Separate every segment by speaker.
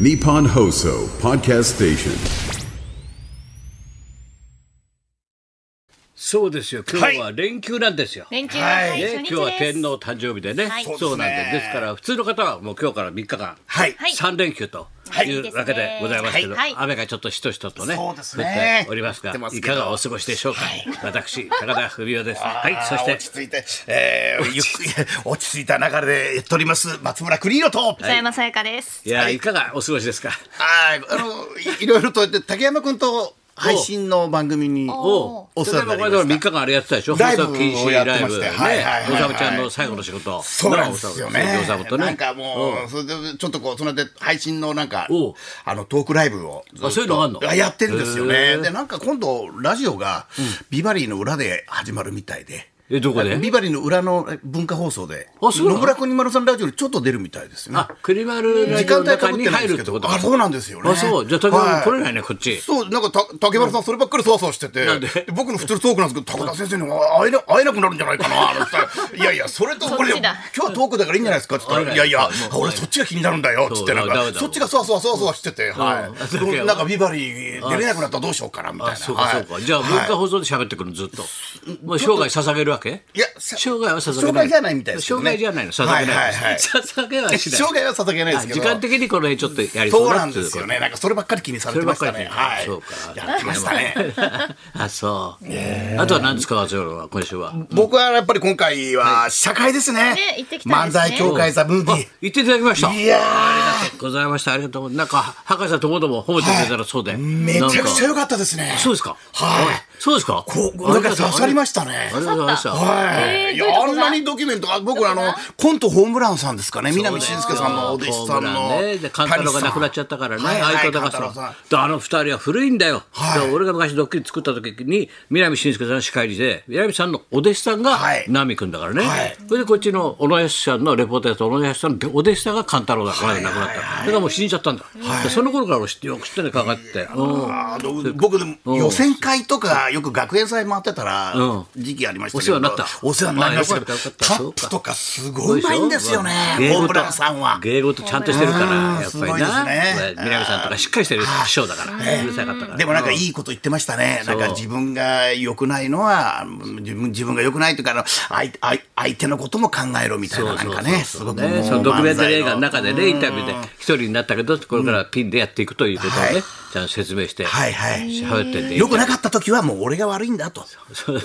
Speaker 1: Nippon Hoso Podcast Station.
Speaker 2: そうですよ。今日は連休なんですよ。
Speaker 3: 連休
Speaker 4: はい
Speaker 3: はい、
Speaker 2: ね、
Speaker 3: 初
Speaker 2: 今
Speaker 3: 日
Speaker 2: 日は
Speaker 3: です
Speaker 2: 天皇誕生日でね。
Speaker 3: はい
Speaker 2: そうなんで
Speaker 4: そうですね
Speaker 2: ですから、普通の方はもう今日から3日間、
Speaker 4: はい。
Speaker 3: はい
Speaker 2: 3連休と
Speaker 3: はい
Speaker 2: い
Speaker 3: いいで
Speaker 2: う
Speaker 3: すね
Speaker 2: わけでございますけど、
Speaker 3: はい
Speaker 2: 雨がちょっとしとしととね、
Speaker 4: そうですね
Speaker 2: 降っておりますが
Speaker 4: 降ってます
Speaker 2: い
Speaker 4: けど
Speaker 2: かがお過ごしでしょうか。私、高田文夫です。
Speaker 4: あ
Speaker 2: は
Speaker 4: ー
Speaker 2: い、そして
Speaker 4: 落、ち着いて、えー、ゆっくり、 落ち着いた中でやっております、松村邦洋と、はい、
Speaker 3: 北山さやかです
Speaker 2: いや、いかがお過ごしですか。
Speaker 4: あの、いい ろいろと、で竹山君と配信の番組に、
Speaker 3: お
Speaker 4: お世話になりま
Speaker 2: それでもこれ
Speaker 4: した
Speaker 2: でも3日間あれやってたでしょ。
Speaker 4: ライブを
Speaker 2: 禁止
Speaker 4: やって
Speaker 2: ライ
Speaker 4: ま
Speaker 2: ブ
Speaker 4: し
Speaker 2: ね
Speaker 4: てはいはいは
Speaker 2: お
Speaker 4: い。はい
Speaker 2: さむちゃんの最後の仕事。
Speaker 4: そうなんですよね
Speaker 2: なおさむとね。
Speaker 4: なんかもう、それでちょっとこう、それで配信のなんか
Speaker 2: おう、
Speaker 4: あの、トークライブをずっと。
Speaker 2: あそういうのあんの
Speaker 4: あやってるんですよ
Speaker 2: へ
Speaker 4: ね。
Speaker 2: ー
Speaker 4: で、なんか今度、ラジオが、ビバリーの裏で始まるみたいで。
Speaker 2: えどこで
Speaker 4: ビバリーの裏のえ文化放送で、
Speaker 2: あそうなの
Speaker 4: 野村国丸さんラジオにちょっと出るみたいですね。
Speaker 2: あ、クリマルラ
Speaker 4: 時
Speaker 2: ジオ
Speaker 4: 間
Speaker 2: の
Speaker 4: 帯か
Speaker 2: 中
Speaker 4: ぶっ
Speaker 2: に
Speaker 4: てない
Speaker 2: 入
Speaker 4: んで
Speaker 2: るっ
Speaker 4: すけ
Speaker 2: てこ
Speaker 4: ど。
Speaker 2: と
Speaker 4: あ、そうなんですよね。
Speaker 2: あ、そう。じゃあ、竹
Speaker 4: は
Speaker 2: 山
Speaker 4: い
Speaker 2: 取れないね、こっち。
Speaker 4: そう、なんかた竹丸さんそればっかりそわそわしてて
Speaker 2: なんで
Speaker 4: 僕の普通のトークなんですけど、高田先生には会えな会えなくなるんじゃないかな、なんて言ったらいやいや、それとこれ、
Speaker 3: そ
Speaker 4: 今
Speaker 3: っち
Speaker 4: 日
Speaker 3: だ
Speaker 4: はトークだからいいんじゃないですかって言った
Speaker 2: 会えな
Speaker 4: ら、いや
Speaker 2: い
Speaker 4: いや
Speaker 2: も、う
Speaker 4: 俺そっちが気になるんだよ、つって、なん
Speaker 2: そうだ
Speaker 4: か、
Speaker 2: だ
Speaker 4: そっちがそわそわそわそわしてて、は
Speaker 2: うん
Speaker 4: いうん。なんかビバリー出れなくなったらどうしようかな、みたいな。
Speaker 2: あそう
Speaker 4: は
Speaker 2: か
Speaker 4: い
Speaker 2: そうか、じゃあ文化放送で喋ってくるのずっと、もう生涯捧げるわけ
Speaker 4: いやさ
Speaker 2: 生涯は捧げない
Speaker 4: 生涯じゃないみたいですけどね
Speaker 2: 生涯じゃないの捧げない、
Speaker 4: はいはいはい
Speaker 2: 捧げはしない
Speaker 4: 生涯は捧げないですけど
Speaker 2: あ時間的にこれちょっとやりそ
Speaker 4: そうう
Speaker 2: だ
Speaker 4: な
Speaker 2: っ
Speaker 4: ん
Speaker 2: てい
Speaker 4: で
Speaker 2: うこ
Speaker 4: す
Speaker 2: と
Speaker 4: よね。なんかそればっかり気にされてましたね。はい。
Speaker 2: そうか
Speaker 4: やってましたね。
Speaker 2: あそう、あとは何ですか松浦は今週は
Speaker 4: 僕はやっぱり今回は社会ですね。
Speaker 3: ね行ってきたん
Speaker 4: 漫
Speaker 3: ですね
Speaker 4: 才協会ザムービ
Speaker 2: あ
Speaker 4: ー。
Speaker 2: 行っていただきました
Speaker 4: いや
Speaker 2: ございましたありがとうなんか博士ともども褒めてくれたらそうで、
Speaker 4: ー、めちゃくちゃ
Speaker 2: なんか
Speaker 4: 良かったですね。
Speaker 2: そうですか
Speaker 4: はい
Speaker 2: あそうですか
Speaker 4: こう、なんか刺さりましたね
Speaker 2: あ。りがとうございました
Speaker 4: は
Speaker 3: えー
Speaker 4: い。い
Speaker 3: どういう
Speaker 4: や、
Speaker 3: と
Speaker 4: あ
Speaker 3: こ
Speaker 4: んな
Speaker 3: が
Speaker 4: にドキュメントが、僕あの、コントホームランさんですかね。南信介さんのお弟子
Speaker 2: ホー
Speaker 4: さん
Speaker 2: ムランね
Speaker 4: の。
Speaker 2: で勘太郎が亡くなっちゃったからね、
Speaker 4: はいはい
Speaker 2: 相方が
Speaker 4: 勘太郎
Speaker 2: さ
Speaker 4: さ
Speaker 2: であの二人は古いんだよ、
Speaker 4: はい
Speaker 2: で俺が昔ドッキリ作った時に南信介さんが司会理で南さんのお弟子さんが
Speaker 4: はい
Speaker 2: 南君だからね、
Speaker 4: はい
Speaker 2: それでこっちの小野安さんのレポーターと小野安さんのお弟子さんが勘太郎だから亡くなった、だからもう死んじゃったんだ、でその頃から俺知ってよく知ってねかかって、うん
Speaker 4: あの僕でも予選会とかよく学園祭回ってたら
Speaker 2: うん
Speaker 4: 時期ありましたけ
Speaker 2: お世話
Speaker 4: ど
Speaker 2: になった
Speaker 4: お世話になりましたけ
Speaker 2: あ
Speaker 4: ど
Speaker 2: よかった
Speaker 4: タ
Speaker 2: よかった
Speaker 4: ップとかすごいうまいんですよね
Speaker 2: 芸
Speaker 4: ホー
Speaker 2: 事
Speaker 4: ムランさんは
Speaker 2: 芸事ちゃんとしてるからやっ
Speaker 4: うん
Speaker 2: ぱり
Speaker 4: すごいです
Speaker 2: な、
Speaker 4: ね
Speaker 2: 南さんとかしっかりしてる師匠だからうるさかったから
Speaker 4: でもなんかいいこと言ってましたね。なんか自分が良くないのは、自分自分が良くないというかあの相相、相手のことも考えろみたいな、なんかね、すごくも
Speaker 2: ね、
Speaker 4: う
Speaker 2: そのドキュメンタリー映画の中でね、インタビューで
Speaker 4: うん
Speaker 2: 一人になったけど、これからピンでやっていくということをね、
Speaker 4: はい
Speaker 2: ちゃんと説明して、
Speaker 4: はいはい。
Speaker 2: しゃべってんで。
Speaker 4: 良くなかった時はもう俺が悪いんだと。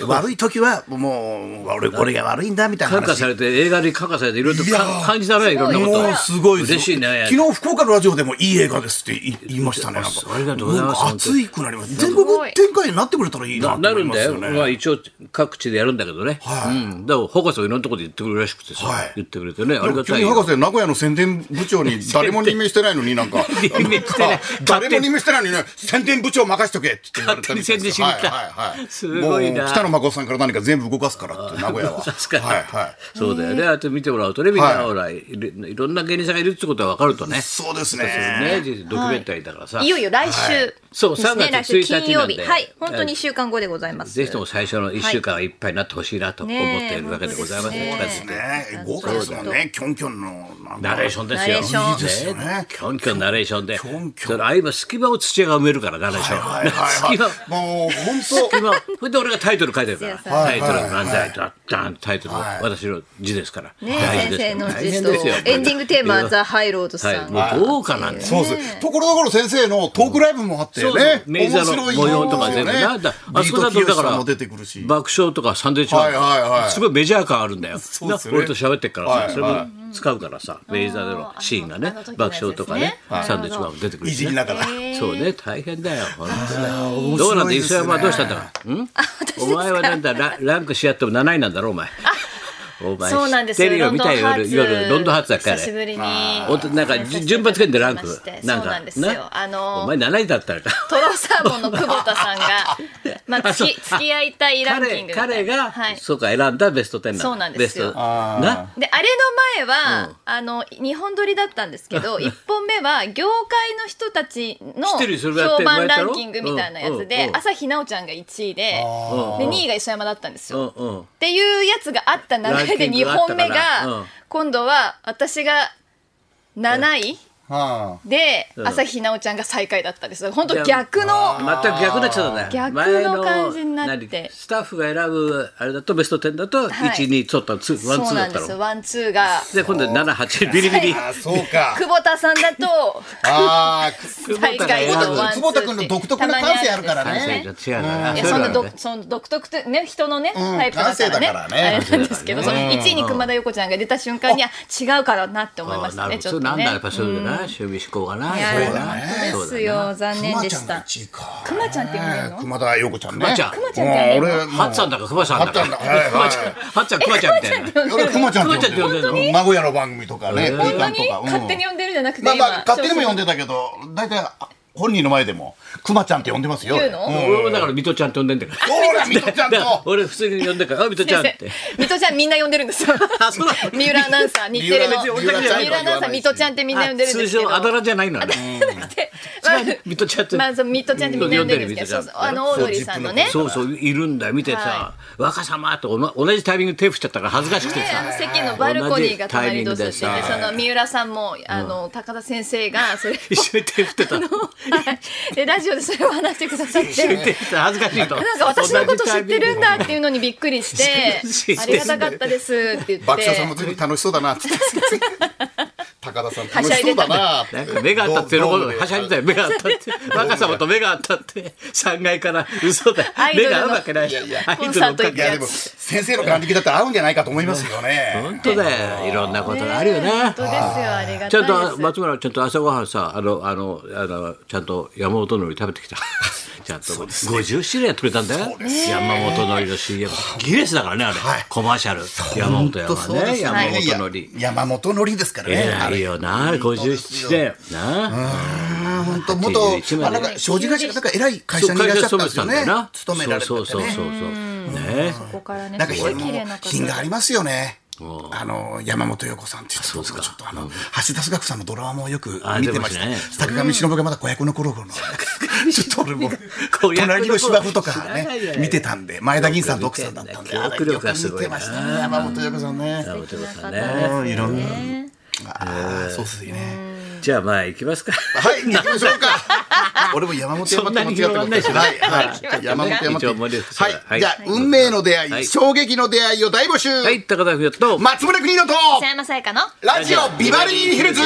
Speaker 4: 悪い時はもう俺俺が悪いんだみたいな
Speaker 2: 感化
Speaker 4: 話
Speaker 2: さ。れて、映画に感化されて、いろいろと
Speaker 4: いや
Speaker 2: か
Speaker 4: ー
Speaker 2: 感じたね、いろんなこ
Speaker 4: も
Speaker 2: と。
Speaker 4: うすごいです
Speaker 2: 嬉しいね。
Speaker 4: 昨日福岡のラジオでもいい映画ですって言い言いましたね。なんか
Speaker 2: ありがとうございます
Speaker 4: なんか熱いくなります。全国展開になってくれたらいいな
Speaker 2: な
Speaker 4: と
Speaker 2: な
Speaker 4: 思
Speaker 2: る
Speaker 4: い
Speaker 2: ん
Speaker 4: ま
Speaker 2: だ
Speaker 4: す
Speaker 2: よ。
Speaker 4: よね。
Speaker 2: まあ一応各地でやるんだけどね。
Speaker 4: はい
Speaker 2: うん。でも、博士はいろんなところで言ってくれるらしくてさ、
Speaker 4: はい
Speaker 2: 言ってくれてね、ありが
Speaker 4: 急
Speaker 2: たい
Speaker 4: に
Speaker 2: よ。
Speaker 4: 博士、名古屋の宣伝部長 に誰も任命してないのになんか、
Speaker 2: 任命してない
Speaker 4: なんか誰も任命してないのにね、宣伝部長任しとけって言われたみたい
Speaker 2: 勝手に宣伝
Speaker 4: です
Speaker 2: しに行った
Speaker 4: はいはいはい
Speaker 2: すごいな
Speaker 4: もう北野誠さんから何か全部動かすからって、名古屋 は。
Speaker 2: 確かに
Speaker 4: はいはい。
Speaker 2: そうだよね。ああやって見てもらうとね、みんな
Speaker 4: はい
Speaker 2: ほら、いろいろんな芸人さんがいるってことは分かるとね。
Speaker 4: そうです
Speaker 2: ね
Speaker 4: ね。
Speaker 2: ドキュメンタリーだからさ。
Speaker 3: いよいよ来週、
Speaker 2: そう
Speaker 3: ですね
Speaker 2: 3月1日
Speaker 3: 来週金曜
Speaker 2: なん
Speaker 3: 日
Speaker 2: で
Speaker 3: はい本当に一週間後でございます
Speaker 2: ぜひとも最初の1週間はいっぱいになってほしいなと思っているわけでございます。
Speaker 3: ねえ
Speaker 2: 近づいて
Speaker 4: ね豪華ですもんね、キョンキョンの。なんか
Speaker 2: ナレーションですよ。
Speaker 3: ナレーションいい
Speaker 4: ですよね
Speaker 2: キョンキョンナレーションで。
Speaker 4: キョンキョン
Speaker 2: それあ今隙間を土屋が埋めるからナレーション。
Speaker 4: はいはい
Speaker 2: 隙間
Speaker 4: は
Speaker 2: を
Speaker 4: い。もう本
Speaker 2: 隙間をそれで俺がタイトル書いてるから。
Speaker 3: 土屋さん
Speaker 2: タイトル
Speaker 4: はいはいはい
Speaker 2: 漫才だダンタイトル
Speaker 4: はい
Speaker 2: 私の字ですから。
Speaker 3: ね
Speaker 2: 大事で
Speaker 3: 先
Speaker 2: す
Speaker 3: 生の
Speaker 2: 大
Speaker 3: 字
Speaker 2: 変ですよ
Speaker 3: とエンディングテーマはザ・ハイロードさん、
Speaker 2: はい、もう豪華なんです。
Speaker 4: 当。そうです。ところどころ先生のトークライブもあってね。
Speaker 2: そうそう明治座の
Speaker 4: 面白い
Speaker 2: 模様とか全部
Speaker 4: ね
Speaker 2: なだあ
Speaker 4: ビ
Speaker 2: そ
Speaker 4: ー
Speaker 2: こだ
Speaker 4: ト
Speaker 2: と
Speaker 4: き
Speaker 2: だ
Speaker 4: よし
Speaker 2: か
Speaker 4: さん
Speaker 2: ら
Speaker 4: も出てくるし。
Speaker 2: 爆笑とかサンドイッチマン、
Speaker 4: はいはいはい
Speaker 2: すごいメジャー感あるんだよ、
Speaker 4: そうですよね
Speaker 2: な俺と喋ってっからさ、
Speaker 4: はいはい
Speaker 2: それも使うからさメイザーでのシーンがね
Speaker 3: あの時のやつです
Speaker 2: 爆
Speaker 3: ね
Speaker 2: 笑とかね、
Speaker 3: はい
Speaker 2: サンドイッチマンも出てくる
Speaker 4: い
Speaker 2: し、
Speaker 4: じ
Speaker 2: ね
Speaker 4: りながら。
Speaker 2: そうね大変だよ本当に
Speaker 4: 面白いですね
Speaker 2: どうなんだ磯山はどうしたんだかうんお前はなんだラランクし合っても7位なんだろうお前お前
Speaker 3: そうなん
Speaker 2: 知
Speaker 3: で
Speaker 2: っ
Speaker 3: す
Speaker 2: て
Speaker 3: よ
Speaker 2: るよ見たよ夜夜ロンドンハーツだっけあ
Speaker 3: 久し
Speaker 2: れ
Speaker 3: ぶりに
Speaker 2: おとなんかじ順番つけんでランク
Speaker 3: そうなんですよあの
Speaker 2: お前7位だったのか
Speaker 3: トロサーモンの久保田さんが、 まあ、
Speaker 2: あそう
Speaker 3: 付き付き合いたいランキングみたいな
Speaker 2: 彼彼が、
Speaker 3: はい、
Speaker 2: そうか選んだベスト10なんだ
Speaker 3: そうなんですよ
Speaker 2: ベストな
Speaker 3: であれの前は、あの2本撮りだったんですけど1本目は業界の人たちの
Speaker 2: 知ってるよそれやって
Speaker 3: 評
Speaker 2: 前
Speaker 3: 判
Speaker 2: やった
Speaker 3: ラ
Speaker 2: ろ
Speaker 3: ンキングみたいなやつ
Speaker 2: うんう
Speaker 3: で、
Speaker 2: んうん
Speaker 3: 朝日奈央ちゃんが1位でで2位が磯山だったんです
Speaker 2: う
Speaker 3: よ。
Speaker 2: んうん
Speaker 3: っていうやつがあった流れ
Speaker 2: ランキ
Speaker 3: で
Speaker 2: ング
Speaker 3: 2
Speaker 2: があった
Speaker 3: 本
Speaker 2: から
Speaker 3: 目
Speaker 2: うん
Speaker 3: が今度は私が7位
Speaker 4: は
Speaker 3: で、朝日奈央ちゃんが最下位だったんです本当逆の
Speaker 2: 全く逆になっちゃったね
Speaker 3: 逆の
Speaker 2: 前
Speaker 3: 感じになって
Speaker 2: 何スタッフが選ぶあれだとベスト10だと
Speaker 3: はい
Speaker 2: 12取ったのツーワン
Speaker 3: そ
Speaker 2: ツ
Speaker 3: う
Speaker 2: ー
Speaker 3: な
Speaker 2: だ
Speaker 3: ん
Speaker 2: っ
Speaker 3: で
Speaker 2: た
Speaker 3: す
Speaker 2: の
Speaker 3: ワンツーが
Speaker 2: で今度78ビリビリ
Speaker 4: あ。あ、そうか。
Speaker 3: 久保田さんだと
Speaker 4: ああ、
Speaker 2: 久
Speaker 4: 久
Speaker 2: 保田が選
Speaker 3: 最下位
Speaker 2: ぶ
Speaker 3: とワンツ
Speaker 4: 久
Speaker 3: ー
Speaker 4: 保田君の独特な感性あるから
Speaker 2: 感性
Speaker 4: ね。
Speaker 2: が違うから
Speaker 3: い
Speaker 2: ね
Speaker 3: や
Speaker 2: そうい
Speaker 3: そ
Speaker 2: う
Speaker 3: の
Speaker 2: の
Speaker 3: ど
Speaker 2: はね
Speaker 3: その独特とね人のね
Speaker 4: うん
Speaker 3: タイプだからね,、
Speaker 4: 感性だからね
Speaker 3: あれなんですけど、
Speaker 2: そう
Speaker 3: そ
Speaker 2: だ
Speaker 3: の
Speaker 2: ね
Speaker 3: 1位に熊田曜子ちゃんが出た瞬間にあ違うからなって思いま
Speaker 2: あ
Speaker 3: した
Speaker 2: な
Speaker 3: ね
Speaker 2: る
Speaker 3: ち
Speaker 2: ほど
Speaker 3: ょっ
Speaker 2: な
Speaker 3: と
Speaker 2: んだや
Speaker 3: ね
Speaker 2: っぱそういうのな趣味思考がない
Speaker 3: や
Speaker 2: そうだ
Speaker 3: 本
Speaker 2: な
Speaker 3: 当ですよ残念でし
Speaker 4: 熊
Speaker 3: た
Speaker 4: ちゃんが一位か。
Speaker 3: 熊ちゃんって呼んでるの
Speaker 4: 熊田陽子ちゃんね。
Speaker 2: 熊ちゃん
Speaker 3: 熊ち
Speaker 4: う
Speaker 3: ゃん
Speaker 4: ん
Speaker 3: って呼んでるの
Speaker 4: 俺、
Speaker 2: ハッツァンだかクマさんだか
Speaker 4: ハッツァンだはいはい
Speaker 2: クマちゃんハッツァンクマちゃんみ たいな
Speaker 4: 俺熊ちゃんって
Speaker 2: 熊ちゃん
Speaker 4: 呼んでる。
Speaker 2: って呼んで
Speaker 4: うん名古屋の番組とかね、ピ
Speaker 2: 本当に
Speaker 4: ー
Speaker 3: 本
Speaker 4: カ
Speaker 3: 当
Speaker 4: ンとか。うん
Speaker 3: に勝手に呼んでるんじゃなくて
Speaker 4: まあまあ、
Speaker 3: 今
Speaker 4: 勝手にも呼んでたけど、大体、本人の前でも、熊ちゃんって呼んでますよ。
Speaker 3: 言うの
Speaker 4: ん
Speaker 2: 俺もだからミトちゃんって呼んでんだ から
Speaker 4: ほら、ミトちゃん
Speaker 2: だから
Speaker 4: と。
Speaker 2: 俺普通に呼んでるからあミトちゃんっ
Speaker 3: 先
Speaker 2: て
Speaker 3: 生水戸ちゃんみんな呼んでるんですよ
Speaker 2: あそうなの
Speaker 3: 三浦アナウンサー日テレの
Speaker 2: 三
Speaker 3: 三
Speaker 2: 浦アナウンサー
Speaker 3: 浦アナウンサー水戸ちゃんってみんな呼んでるんですけど
Speaker 2: 通常あだ名じゃないのね
Speaker 3: で
Speaker 2: 違うミトちゃんって
Speaker 3: まあそうミトちゃんってみんな呼んでるんですけ
Speaker 2: 呼んでるミトち
Speaker 3: ど
Speaker 2: ゃん
Speaker 3: そうそうあのオードリーさんのね
Speaker 2: そうそういるんだよ見てさ
Speaker 3: は
Speaker 2: 若様とおな同じタイミングで手振っちゃったから恥ずかしくて
Speaker 3: ね、あの
Speaker 2: さ
Speaker 3: 席のバルコニーが隣同士で
Speaker 2: 同じタ
Speaker 3: そ
Speaker 2: イミングでさ
Speaker 3: の三浦さんもあの高田先生がそれを
Speaker 2: 一緒に手振ってた
Speaker 3: はいでラジオでそれを話してくださっ
Speaker 2: 一緒に手
Speaker 3: て。
Speaker 2: 振ってた恥ずかしいと
Speaker 3: なんか私のこと知ってるんだっていうのにびっくりし
Speaker 2: 知って
Speaker 3: て、
Speaker 2: る
Speaker 3: ありがたかったですって言って、
Speaker 4: 爆笑さんもずいぶん楽しそうだなって言って 高田さん楽しそうだなって
Speaker 2: なんか目が合ったって喜ぶ
Speaker 4: ドームで
Speaker 2: はしゃいでたよ目が合った って若様と目が合ったって3階から嘘だよ
Speaker 3: アイド
Speaker 2: 目
Speaker 3: ルの
Speaker 2: が合うわけない
Speaker 4: いやいや
Speaker 2: アイドルの追っかけ
Speaker 3: コンサート行っ
Speaker 4: い
Speaker 3: て
Speaker 4: やでも先生の還暦だったら合うんじゃないかと思いますよ
Speaker 2: 本
Speaker 4: ね
Speaker 2: 当だよいろんなことがあるよね
Speaker 3: 本当ですよありが
Speaker 2: ち
Speaker 3: た
Speaker 2: ゃ
Speaker 3: い
Speaker 2: ん
Speaker 3: です。
Speaker 2: と松村ちゃんと朝ごはんさあのあのあのちゃんと山本のり食べてきた ちゃんと50種類やってくれたんだよ、山本のりの CM ギネスだからねあれ、コマーシャル山本山
Speaker 4: そうで
Speaker 2: ね
Speaker 4: す
Speaker 2: 山本の
Speaker 4: い
Speaker 2: り
Speaker 4: や山本のりですからねあ
Speaker 2: 偉い
Speaker 4: れ
Speaker 2: よな57年なあ
Speaker 4: 本当元
Speaker 2: 81
Speaker 4: あなんか精進会社だから偉い会
Speaker 2: そ
Speaker 4: 社
Speaker 2: う
Speaker 4: にい
Speaker 2: 会
Speaker 4: らっし
Speaker 2: 社
Speaker 4: ゃったん
Speaker 2: 勤めてたんだよな
Speaker 4: ですよね勤められてて
Speaker 2: そうそうそう
Speaker 4: ね
Speaker 2: そうそうね
Speaker 3: ここからね、
Speaker 4: なんか
Speaker 3: すごい綺麗な方。
Speaker 4: 品がありますよねあの山本陽子さんっていう人僕がちょっとあの橋田壽賀子さんのドラマをよく見てまし
Speaker 2: あ出ましたね
Speaker 4: た坂上忍がまだ子役の頃のちょっと俺
Speaker 2: 子
Speaker 4: も
Speaker 2: 役の頃
Speaker 4: 隣の芝生とか
Speaker 2: 知らないよ
Speaker 4: ね見てたんで前田銀さんの奥さんだったんで
Speaker 2: 記
Speaker 4: あれ
Speaker 2: 憶力がすごい
Speaker 4: よく見てましたね山本陽子さんね
Speaker 2: 山本さんね
Speaker 4: うんいろんなあーそうっすよね
Speaker 2: じゃあまあ行きますか
Speaker 4: はい、行きましょう か。俺も山本山
Speaker 2: そんな
Speaker 4: 本
Speaker 2: に
Speaker 4: 間違って
Speaker 2: 広がんないしね
Speaker 4: はい、はい、じゃあ山本山
Speaker 2: 一応森
Speaker 4: 本。
Speaker 2: 内さんは
Speaker 4: はいい、じゃあ運命の出会い、
Speaker 2: はい
Speaker 4: 衝撃の出会いを大募集。
Speaker 2: はい高田冬と
Speaker 4: 松村邦洋と
Speaker 3: 北山さやかの。
Speaker 4: ラジオビバリーヒルズ。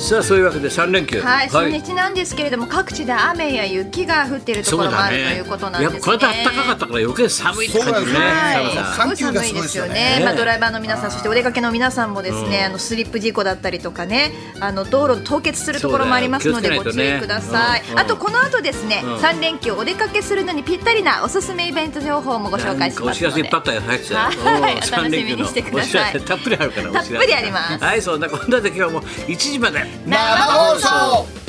Speaker 2: さあそういうわけで3連休
Speaker 3: はい、初日なんですけれども、各地で雨や雪が降っていると
Speaker 2: そ
Speaker 3: こ
Speaker 2: う
Speaker 3: ろもあ
Speaker 2: だ
Speaker 3: ると
Speaker 2: ね
Speaker 3: いうことなん
Speaker 2: や
Speaker 3: で
Speaker 2: っ
Speaker 3: す
Speaker 2: ぱ
Speaker 3: ね。
Speaker 2: これだけ暖かかったから余計寒いって感じね
Speaker 4: そうなん
Speaker 2: 寒
Speaker 4: です
Speaker 2: さ
Speaker 4: ねは
Speaker 3: はい、
Speaker 4: 産
Speaker 3: す
Speaker 4: 休
Speaker 3: ごい
Speaker 4: が
Speaker 3: 寒
Speaker 4: すごい
Speaker 3: いで
Speaker 4: ですす
Speaker 3: よ
Speaker 4: よね
Speaker 3: ね、まあ、ドライバーの皆さん、そしてお出かけの皆さんもですね、あのスリップ事故だったりとかね、あの道路凍結するところもありますので、
Speaker 2: そうだよ
Speaker 3: ご注意ください。
Speaker 2: 気をつけないとねうんうん
Speaker 3: あと、この後ですね、三連休お出かけするのにぴったりなおすすめイベント情報もご紹介し
Speaker 2: お
Speaker 3: ます
Speaker 2: 知ら
Speaker 3: の
Speaker 2: せい
Speaker 3: で
Speaker 2: っぱいあ。ったよ、早く
Speaker 3: はい
Speaker 2: うん
Speaker 3: お
Speaker 2: 三
Speaker 3: 楽
Speaker 2: 連
Speaker 3: し
Speaker 2: 休
Speaker 3: み
Speaker 2: の
Speaker 3: にしてください
Speaker 2: お知らせたっぷりあるから、お知らせ
Speaker 3: たっぷりあります
Speaker 2: はい、そんなこんなで今日も1時まで。
Speaker 4: 生放送。